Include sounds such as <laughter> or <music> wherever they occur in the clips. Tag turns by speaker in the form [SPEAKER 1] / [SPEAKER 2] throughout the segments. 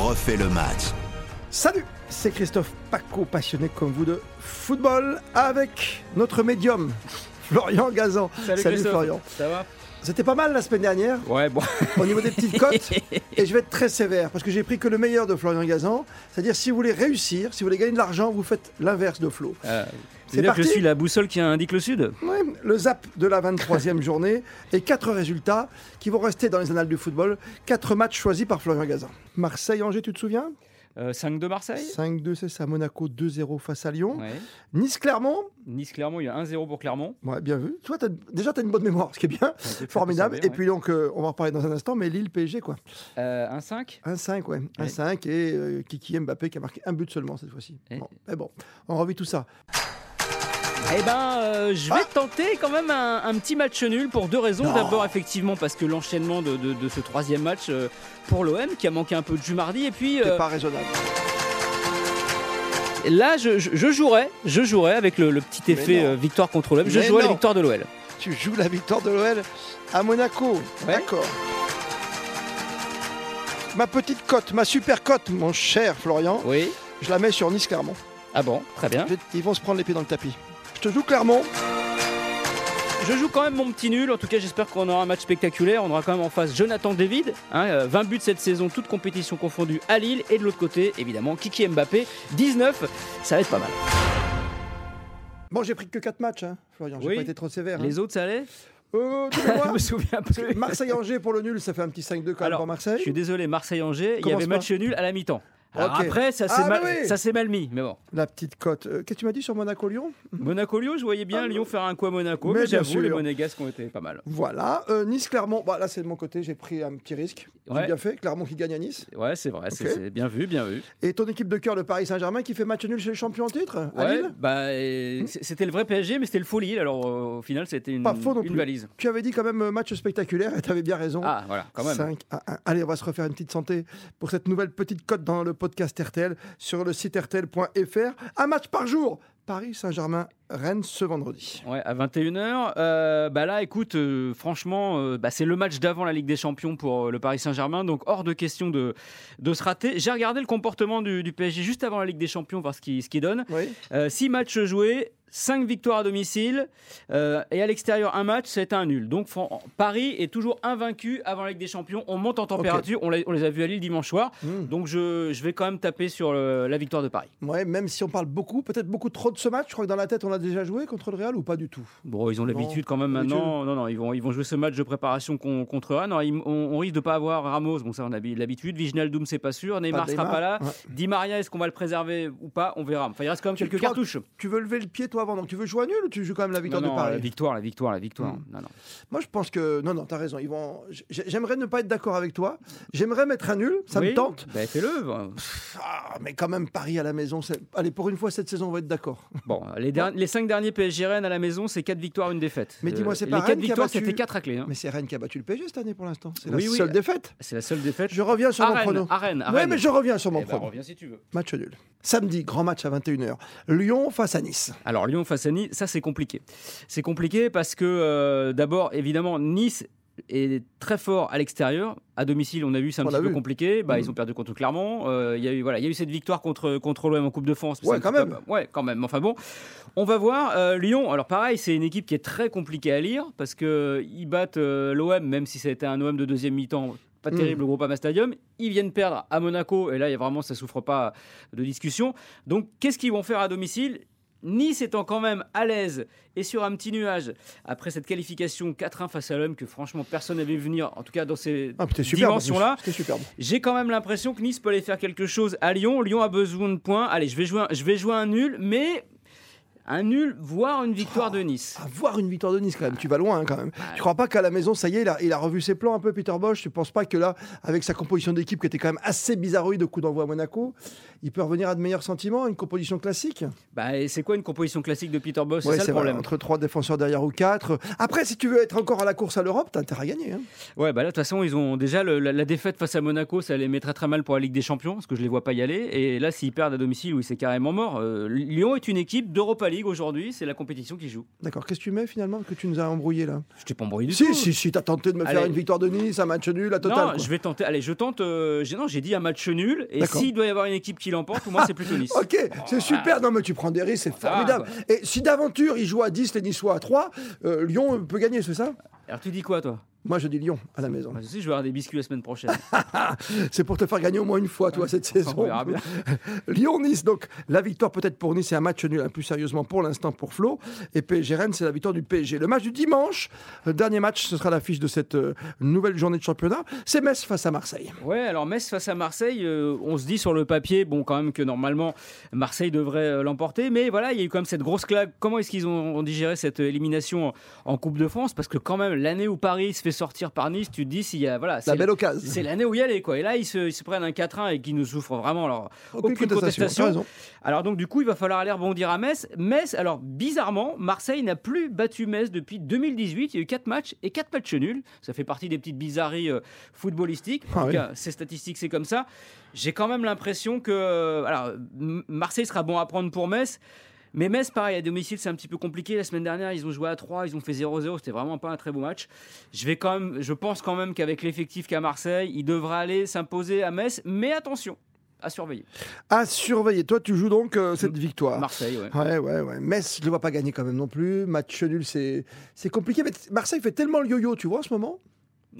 [SPEAKER 1] refait le match.
[SPEAKER 2] Salut, c'est Christophe Paco, passionné comme vous de football, avec notre médium, <laughs> Florian Gazan.
[SPEAKER 3] Christophe.
[SPEAKER 2] Florian.
[SPEAKER 3] Ça va Euh,
[SPEAKER 2] C'était pas mal la semaine dernière,
[SPEAKER 3] Ouais, bon.
[SPEAKER 2] au niveau des petites
[SPEAKER 3] <laughs>
[SPEAKER 2] cotes, et je vais être très sévère, parce que j'ai pris que le meilleur de Florian Gazan, c'est-à-dire si vous voulez réussir, si vous voulez gagner de l'argent, vous faites l'inverse de Flo. C'est
[SPEAKER 3] Euh, C'est-à-dire que je
[SPEAKER 2] parti.
[SPEAKER 3] suis la boussole qui indique le sud
[SPEAKER 2] Ouais, le zap de la 23e journée et quatre résultats qui vont rester dans les annales du football. Quatre matchs choisis par Florian Gazan. Marseille-Angers, tu te souviens
[SPEAKER 3] 5 Euh, de Marseille
[SPEAKER 2] 5-2, c'est ça. Monaco 2-0 face à Lyon.
[SPEAKER 3] Ouais.
[SPEAKER 2] Nice-Clermont,
[SPEAKER 3] Nice-Clermont, il y a 1-0 pour Clermont.
[SPEAKER 2] ouais, bien vu. Toi, t'as- déjà, tu as une bonne mémoire, ce qui est
[SPEAKER 3] <laughs>
[SPEAKER 2] bien. Formidable. Et puis donc, euh, on va en reparler dans un instant, mais Lille-PSG, quoi.
[SPEAKER 3] Euh, 1-5
[SPEAKER 2] 1-5, ouais. 1-5 et euh, Kiki Mbappé qui a marqué un but seulement cette fois-ci.
[SPEAKER 3] Et-
[SPEAKER 2] Bon, mais bon, on revit tout ça.
[SPEAKER 3] Eh ben, euh, je vais tenter quand même un, un petit match nul pour deux raisons.
[SPEAKER 2] Ah. Non.
[SPEAKER 3] D'abord, effectivement, parce que l'enchaînement de, de- de ce troisième match euh, pour l'OM qui a manqué un peu de jus mardi. Et puis,
[SPEAKER 2] C'est
[SPEAKER 3] euh,
[SPEAKER 2] pas raisonnable.
[SPEAKER 3] là, je, je- je jouerais, je jouerais avec le, le petit
[SPEAKER 2] Mais
[SPEAKER 3] effet
[SPEAKER 2] non.
[SPEAKER 3] euh, victoire contre l'OM. Je
[SPEAKER 2] Mais
[SPEAKER 3] jouerais la
[SPEAKER 2] non.
[SPEAKER 3] victoire de l'OL.
[SPEAKER 2] Tu joues la victoire de l'OL à Monaco. D'accord. Ma petite cote, ma super cote, mon cher Florian,
[SPEAKER 3] Oui.
[SPEAKER 2] je la mets sur Nice Clermont.
[SPEAKER 3] Ah bon, très bien.
[SPEAKER 2] Je vais- Ils vont se prendre les pieds dans le tapis. Je te joue Clermont.
[SPEAKER 3] Je joue quand même mon petit nul. En tout cas, j'espère qu'on aura un match spectaculaire. On aura quand même en face Jonathan David. hein, euh, 20 buts cette saison, toutes compétitions confondues à Lille. Et de l'autre côté, évidemment, Kiki Mbappé. 19, ça va être pas mal.
[SPEAKER 2] Bon, j'ai pris que 4 matchs, hein, Florian. J'ai
[SPEAKER 3] Oui.
[SPEAKER 2] pas été trop sévère. hein.
[SPEAKER 3] Les autres, ça allait
[SPEAKER 2] Euh, de
[SPEAKER 3] <laughs>
[SPEAKER 2] mémoire,
[SPEAKER 3] Je me souviens
[SPEAKER 2] parce que <laughs>
[SPEAKER 3] plus.
[SPEAKER 2] Marseille-Angers pour le nul, ça fait un petit 5-2 quand même
[SPEAKER 3] Alors,
[SPEAKER 2] pour Marseille.
[SPEAKER 3] Je suis désolé, Marseille-Angers, il y
[SPEAKER 2] Commence
[SPEAKER 3] avait
[SPEAKER 2] pas.
[SPEAKER 3] match nul à la mi-temps. Alors
[SPEAKER 2] Ok.
[SPEAKER 3] après, ça s'est
[SPEAKER 2] Ah,
[SPEAKER 3] mal,
[SPEAKER 2] bah oui.
[SPEAKER 3] ça s'est mal mis. <laughs> Mais bon.
[SPEAKER 2] La petite cote. Euh, Qu'est-ce que tu m'as dit sur Monaco-Lyon
[SPEAKER 3] Monaco-Lyon, je voyais bien
[SPEAKER 2] Ah,
[SPEAKER 3] Lyon faire un coup à Monaco.
[SPEAKER 2] mais
[SPEAKER 3] Mais,
[SPEAKER 2] bien
[SPEAKER 3] j'avoue, les
[SPEAKER 2] sûr.
[SPEAKER 3] Monégasques ont été pas mal.
[SPEAKER 2] Voilà. Euh, nice Clermont. Bah, là, c'est de mon côté. J'ai pris un petit risque. J'ai
[SPEAKER 3] Ouais.
[SPEAKER 2] bien fait. Clermont qui gagne à Nice.
[SPEAKER 3] Ouais, c'est vrai, c'est-
[SPEAKER 2] Ok.
[SPEAKER 3] c'est bien vu, bien vu.
[SPEAKER 2] Et ton équipe de cœur, le Paris Saint-Germain, qui fait match nul chez les champions en titre à
[SPEAKER 3] Ouais,
[SPEAKER 2] Lille
[SPEAKER 3] bah, et c- c'était le vrai PSG, mais c'était le faux Lille. Alors euh, au final, c'était une,
[SPEAKER 2] Pas faux non
[SPEAKER 3] une
[SPEAKER 2] plus.
[SPEAKER 3] valise.
[SPEAKER 2] Tu avais dit quand même euh, match spectaculaire et tu avais bien raison.
[SPEAKER 3] Ah, voilà, quand même.
[SPEAKER 2] 5 à 1. Allez, on va se refaire une petite santé pour cette nouvelle petite cote dans le podcast RTL sur le site RTL.fr. Un match par jour Paris Saint-Germain, Rennes ce vendredi.
[SPEAKER 3] Ouais, à 21h. euh, bah là, écoute, euh, franchement, euh, bah, c'est le match d'avant la Ligue des Champions pour euh, le Paris Saint-Germain, donc hors de question de, de se rater. J'ai regardé le comportement du, du PSG juste avant la Ligue des Champions, voir ce qu'il ce qu'il donne.
[SPEAKER 2] Oui.
[SPEAKER 3] 6 matchs joués, 5 victoires à domicile euh, et à l'extérieur un match, c'est un nul. Donc fran- Paris est toujours invaincu avant la Ligue des Champions. On monte en température, on, l'a- on les a vus à Lille dimanche soir.
[SPEAKER 2] Mmh.
[SPEAKER 3] Donc je, je vais quand même taper sur le- la victoire de Paris.
[SPEAKER 2] Ouais, même si on parle beaucoup, peut-être beaucoup trop de ce match, je crois que dans la tête on l'a déjà joué contre le Real ou pas du tout
[SPEAKER 3] Bon, ils ont l'habitude quand même
[SPEAKER 2] l'habitude.
[SPEAKER 3] maintenant. Non, non, ils vont, ils vont jouer ce match de préparation con- contre Rennes. Alors, ils- on, on risque de pas avoir Ramos, bon ça on a l'habitude. Viginaldoum, c'est pas sûr. Neymar
[SPEAKER 2] de
[SPEAKER 3] sera
[SPEAKER 2] Neymar.
[SPEAKER 3] pas là.
[SPEAKER 2] Ouais.
[SPEAKER 3] Di Maria, est-ce qu'on va le préserver ou pas On verra. Enfin, il reste quand même
[SPEAKER 2] Tu
[SPEAKER 3] quelques
[SPEAKER 2] crois-
[SPEAKER 3] cartouches.
[SPEAKER 2] Tu veux lever le pied toi avant, donc tu veux jouer à nul ou tu joues quand même la victoire
[SPEAKER 3] Non, non,
[SPEAKER 2] de Hmm. Paris
[SPEAKER 3] la victoire, la victoire, la victoire. Non, non.
[SPEAKER 2] Moi, je pense que. Non, non, t'as raison. Ils vont... j- J'aimerais ne pas être d'accord avec toi. J'aimerais mettre un nul. Ça
[SPEAKER 3] Oui,
[SPEAKER 2] me tente.
[SPEAKER 3] bah, fais-le.
[SPEAKER 2] Ah, mais quand même, Paris à la maison. c'est- Allez, pour une fois, cette saison, on va être d'accord. <laughs>
[SPEAKER 3] Bon, les, derni- les cinq derniers PSG Rennes à la maison, c'est 4 victoires, une défaite. Euh,
[SPEAKER 2] Mais dis-moi, c'est pas
[SPEAKER 3] Les
[SPEAKER 2] Rennes
[SPEAKER 3] 4
[SPEAKER 2] qui a
[SPEAKER 3] victoires,
[SPEAKER 2] battu-
[SPEAKER 3] c'était 4 à clé. hein.
[SPEAKER 2] Mais c'est Rennes qui a battu le PSG cette année pour l'instant. C'est la
[SPEAKER 3] Oui, oui.
[SPEAKER 2] seule défaite.
[SPEAKER 3] C'est la seule défaite.
[SPEAKER 2] Je reviens sur
[SPEAKER 3] à
[SPEAKER 2] mon
[SPEAKER 3] Rennes,
[SPEAKER 2] prono.
[SPEAKER 3] à Rennes, à
[SPEAKER 2] Oui,
[SPEAKER 3] Rennes.
[SPEAKER 2] mais je reviens sur mon
[SPEAKER 3] Eh ben,
[SPEAKER 2] prono.
[SPEAKER 3] reviens si tu veux.
[SPEAKER 2] Match nul. Samedi, grand match à 21h. Lyon face à Nice.
[SPEAKER 3] Alors Lyon face à Nice, ça c'est compliqué. C'est compliqué parce que euh, d'abord, évidemment, Nice est très fort à l'extérieur. À domicile, on a vu, c'est un
[SPEAKER 2] On l'a
[SPEAKER 3] petit peu
[SPEAKER 2] vu.
[SPEAKER 3] compliqué. Bah,
[SPEAKER 2] Mhm.
[SPEAKER 3] Ils ont perdu contre Clermont. Euh, Il y a eu voilà, il y a eu cette victoire contre contre l'OM en Coupe de France.
[SPEAKER 2] Ouais,
[SPEAKER 3] C'est un
[SPEAKER 2] quand
[SPEAKER 3] petit
[SPEAKER 2] même.
[SPEAKER 3] peu- ouais, quand même. Enfin bon, on va voir Euh, Lyon. Alors pareil, c'est une équipe qui est très compliquée à lire parce que ils battent euh, l'OM, même si ça a été un OM de deuxième mi-temps. Pas
[SPEAKER 2] Mhm.
[SPEAKER 3] terrible au Groupama Stadium. Ils viennent perdre à Monaco et là, il y a vraiment, ça souffre pas de discussion. Donc, qu'est-ce qu'ils vont faire à domicile Nice étant quand même à l'aise et sur un petit nuage après cette qualification 4-1 face à l'homme que franchement personne n'avait vu venir, en tout cas dans ces
[SPEAKER 2] Ah, c'était superbe. en plus.
[SPEAKER 3] dimensions-là,
[SPEAKER 2] C'était superbe.
[SPEAKER 3] j'ai quand même l'impression que Nice peut aller faire quelque chose à Lyon. Lyon a besoin de points. Allez, je vais jouer un, je vais jouer un nul, mais un nul, voire une
[SPEAKER 2] Oh.
[SPEAKER 3] victoire de Nice.
[SPEAKER 2] Avoir une victoire de Nice quand même, tu vas loin hein, quand même. Tu crois pas qu'à la maison, ça y est, il a, il a revu ses plans un peu, Peter Bosch. Tu penses pas que là, avec sa composition d'équipe qui était quand même assez bizarroïde au coup d'envoi à Monaco, il peut revenir à de meilleurs sentiments, une composition classique
[SPEAKER 3] Bah, et c'est quoi une composition classique de Peter Boss
[SPEAKER 2] Ouais,
[SPEAKER 3] C'est ça
[SPEAKER 2] c'est
[SPEAKER 3] le
[SPEAKER 2] vrai,
[SPEAKER 3] problème.
[SPEAKER 2] entre trois défenseurs derrière ou quatre. Après, si tu veux être encore à la course à l'Europe, t'as intérêt à gagner. hein.
[SPEAKER 3] Ouais, bah là, de toute façon, ils ont déjà le- la, la défaite face à Monaco, ça les met très très mal pour la Ligue des Champions, parce que je les vois pas y aller. Et là, s'ils perdent à domicile, oui, c'est carrément mort. Euh, Lyon est une équipe d'Europa League League aujourd'hui, c'est la compétition qui joue.
[SPEAKER 2] D'accord. Qu'est-ce que tu mets finalement que tu nous as embrouillé là
[SPEAKER 3] Je t'ai pas embrouillé du
[SPEAKER 2] Si,
[SPEAKER 3] tout.
[SPEAKER 2] si, si, t'as tenté de me faire
[SPEAKER 3] Allez.
[SPEAKER 2] une victoire de Nice, un match nul, la totale.
[SPEAKER 3] non,
[SPEAKER 2] quoi.
[SPEAKER 3] je vais tenter. Allez, je tente. euh, j'ai- non, j'ai dit un match nul. Et
[SPEAKER 2] D'accord.
[SPEAKER 3] s'il doit y avoir une équipe qui l'emporte, pour moi, c'est plutôt Nice.
[SPEAKER 2] <laughs> Ok,
[SPEAKER 3] Ah.
[SPEAKER 2] c'est super. Non, mais tu prends des risques, c'est
[SPEAKER 3] Ça va,
[SPEAKER 2] formidable. Et si d'aventure il joue à 10, les Niçois à 3, euh, Lyon euh, peut gagner, c'est ça
[SPEAKER 3] Alors, tu dis quoi, toi
[SPEAKER 2] Moi, je dis Lyon à la maison.
[SPEAKER 3] Moi aussi, je vais avoir des biscuits la semaine prochaine.
[SPEAKER 2] C'est pour te faire gagner au moins une fois, toi, cette saison.
[SPEAKER 3] On verra bien.
[SPEAKER 2] <laughs> Lyon-Nice, donc la victoire peut-être pour Nice et un match nul, hein, plus sérieusement pour l'instant pour Flo. Et PSG-Rennes, c'est la victoire du PSG. Le match du dimanche, le dernier match, ce sera l'affiche de cette euh, nouvelle journée de championnat. C'est Metz face à Marseille.
[SPEAKER 3] Ouais, alors Metz face à Marseille, euh, on se dit sur le papier, bon, quand même que normalement Marseille devrait euh, l'emporter, mais voilà, il y a eu quand même cette grosse claque. Comment est-ce qu'ils ont, ont digéré cette euh, élimination en, en Coupe de France Parce que quand même, l'année où Paris se fait sortir par Nice, tu te dis s'il y a, voilà,
[SPEAKER 2] La
[SPEAKER 3] c'est
[SPEAKER 2] belle occasion.
[SPEAKER 3] c'est l'année où y aller quoi. Et là, ils se, ils se prennent un 4-1 et qui nous souffrent vraiment. Alors, aucune contestation.
[SPEAKER 2] T'as raison.
[SPEAKER 3] alors donc du coup, il va falloir aller rebondir à Metz. Metz, alors bizarrement, Marseille n'a plus battu Metz depuis 2018. Il y a eu 4 matchs et 4 matchs nuls. Ça fait partie des petites bizarreries euh, footballistiques.
[SPEAKER 2] Ah
[SPEAKER 3] En tout
[SPEAKER 2] oui.
[SPEAKER 3] cas, ces statistiques, c'est comme ça. J'ai quand même l'impression que euh, alors M- Marseille sera bon à prendre pour Metz. Mais Metz, pareil, à domicile, c'est un petit peu compliqué. La semaine dernière, ils ont joué à 3, ils ont fait 0-0. C'était vraiment pas un très beau match. Je, vais quand même, je pense quand même qu'avec l'effectif qu'a Marseille, il devra aller s'imposer à Metz. Mais attention, à surveiller.
[SPEAKER 2] À surveiller. Toi, tu joues donc euh, cette victoire.
[SPEAKER 3] Marseille, ouais.
[SPEAKER 2] Ouais, ouais, ouais. Metz, je ne le vois pas gagner quand même non plus. Match nul, c'est c'est compliqué. Mais t- Marseille fait tellement le yo-yo, tu vois, en ce moment.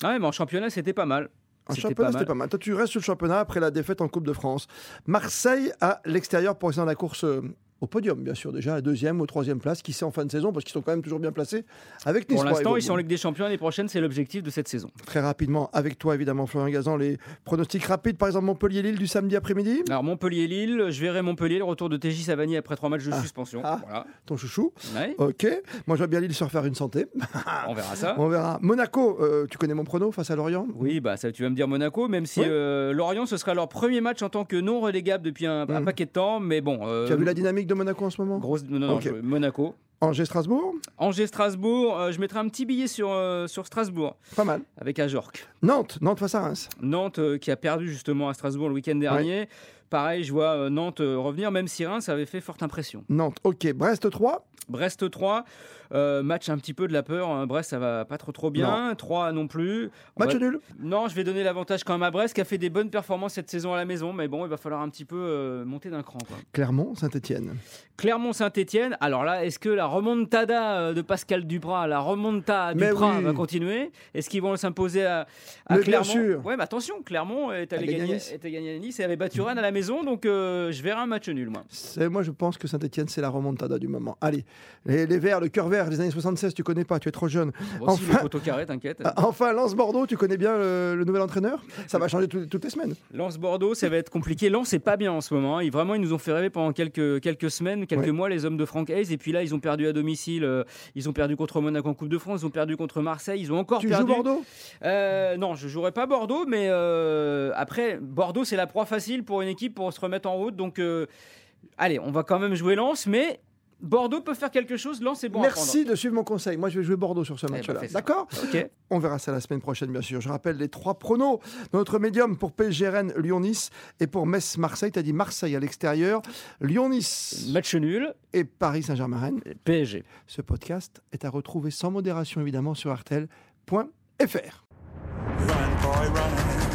[SPEAKER 3] Ah ouais, mais en championnat, c'était pas mal.
[SPEAKER 2] En
[SPEAKER 3] C'était
[SPEAKER 2] championnat,
[SPEAKER 3] pas
[SPEAKER 2] c'était
[SPEAKER 3] mal.
[SPEAKER 2] pas mal. Toi, tu restes sur le championnat après la défaite en Coupe de France. Marseille à l'extérieur pour rester dans la course euh, au podium, bien sûr, déjà, à la deuxième ou troisième place, qui sait en fin de saison, parce qu'ils sont quand même toujours bien placés avec Nice.
[SPEAKER 3] Pour
[SPEAKER 2] quoi,
[SPEAKER 3] l'instant,
[SPEAKER 2] et
[SPEAKER 3] ils sont en Ligue des Champions. L'année prochaine, c'est l'objectif de cette saison.
[SPEAKER 2] Très rapidement, avec toi, évidemment, Florian Gazan, les pronostics rapides, par exemple, Montpellier-Lille du samedi après-midi,
[SPEAKER 3] Alors, Montpellier-Lille, je verrai Montpellier, le retour de TJ Savani après trois matchs de suspension.
[SPEAKER 2] Ah.
[SPEAKER 3] Voilà.
[SPEAKER 2] ton chouchou.
[SPEAKER 3] Ouais,
[SPEAKER 2] Ok. Moi, je vois bien Lille se refaire une santé.
[SPEAKER 3] Ah. on verra ça.
[SPEAKER 2] On verra. Monaco, euh, tu connais mon prono face à Lorient
[SPEAKER 3] Oui, bah ça, tu vas me dire Monaco, même si
[SPEAKER 2] Ouais.
[SPEAKER 3] euh, Lorient, ce sera leur premier match en tant que non relégable depuis un, un
[SPEAKER 2] Mhm.
[SPEAKER 3] paquet de temps. Mais bon, euh,
[SPEAKER 2] Tu as vu la dynamique de Monaco en ce moment
[SPEAKER 3] grosse. Non, non,
[SPEAKER 2] Ok.
[SPEAKER 3] je- Monaco.
[SPEAKER 2] Angers-Strasbourg
[SPEAKER 3] Angers-Strasbourg, euh, je mettrai un petit billet sur, euh, sur Strasbourg
[SPEAKER 2] Pas mal.
[SPEAKER 3] avec Ajorc.
[SPEAKER 2] Nantes, Nantes face à Reims.
[SPEAKER 3] Nantes euh, qui a perdu justement à Strasbourg le week-end dernier. Pareil, je vois euh, Nantes euh, revenir, même si Reims avait fait forte impression.
[SPEAKER 2] Nantes, ok. Brest 3,
[SPEAKER 3] Brest 3, euh, match un petit peu de la peur. hein. Brest, ça va pas trop trop bien. 3 non plus. On
[SPEAKER 2] match
[SPEAKER 3] va-
[SPEAKER 2] nul.
[SPEAKER 3] Non, je vais donner l'avantage quand même à Brest qui a fait des bonnes performances cette saison à la maison. Mais bon, il va falloir un petit peu euh, monter d'un cran. quoi.
[SPEAKER 2] Clermont, Saint-Etienne.
[SPEAKER 3] Clermont-Saint-Etienne. Alors là, est-ce que la remontada euh, de Pascal Duprat, la remontada
[SPEAKER 2] Mais
[SPEAKER 3] Duprat
[SPEAKER 2] oui.
[SPEAKER 3] va continuer Est-ce qu'ils vont s'imposer à,
[SPEAKER 2] Mais
[SPEAKER 3] à
[SPEAKER 2] bien
[SPEAKER 3] Clermont
[SPEAKER 2] sûr.
[SPEAKER 3] Ouais, mais attention, Clermont est allé
[SPEAKER 2] Avait gagné
[SPEAKER 3] gagner,
[SPEAKER 2] Nice.
[SPEAKER 3] était gagné à Nice et avait battu Rennes à la maison. Donc euh, je verrai un match nul, moi.
[SPEAKER 2] C'est- moi, je pense que Saint-Etienne, c'est la remontada du moment. Allez, les, les Verts, le cœur vert des années 76, tu connais pas, tu es trop jeune.
[SPEAKER 3] Bon, si,
[SPEAKER 2] Enfin.
[SPEAKER 3] le poteau carré, t'inquiète.
[SPEAKER 2] Ah, Enfin, Lance Bordeaux, tu connais bien euh, le, nouvel entraîneur Ça va changer tout- toutes les semaines.
[SPEAKER 3] Lance Bordeaux, ça va être compliqué. Lance c'est pas bien en ce moment. hein. Ils vraiment ils nous ont fait rêver pendant quelques quelques semaines, quelques
[SPEAKER 2] Ouais.
[SPEAKER 3] mois les hommes de Franck Hayes et puis là ils ont perdu à domicile, euh, ils ont perdu contre Monaco en Coupe de France, ils ont perdu contre Marseille, ils ont encore
[SPEAKER 2] Tu joues
[SPEAKER 3] perdu.
[SPEAKER 2] Bordeaux
[SPEAKER 3] Euh, non, je jouerai pas Bordeaux mais euh, après Bordeaux c'est la proie facile pour une équipe pour se remettre en route donc euh, allez, on va quand même jouer Lance mais Bordeaux peut faire quelque chose, Lance est bon
[SPEAKER 2] Merci de suivre mon conseil. Moi, je vais jouer Bordeaux sur ce
[SPEAKER 3] ben,
[SPEAKER 2] match-là.
[SPEAKER 3] fais ça.
[SPEAKER 2] D'accord
[SPEAKER 3] à prendre. OK.
[SPEAKER 2] On verra ça la semaine prochaine, bien sûr. Je rappelle les trois pronos dans notre médium pour PSG Rennes, Lyon-Nice et pour Metz-Marseille. Tu as dit Marseille à l'extérieur, Lyon-Nice
[SPEAKER 3] Match nul,
[SPEAKER 2] et Paris Saint-Germain-Rennes.
[SPEAKER 3] PSG.
[SPEAKER 2] Ce podcast est à retrouver sans modération, évidemment, sur artel.fr.
[SPEAKER 1] Run, boy, run.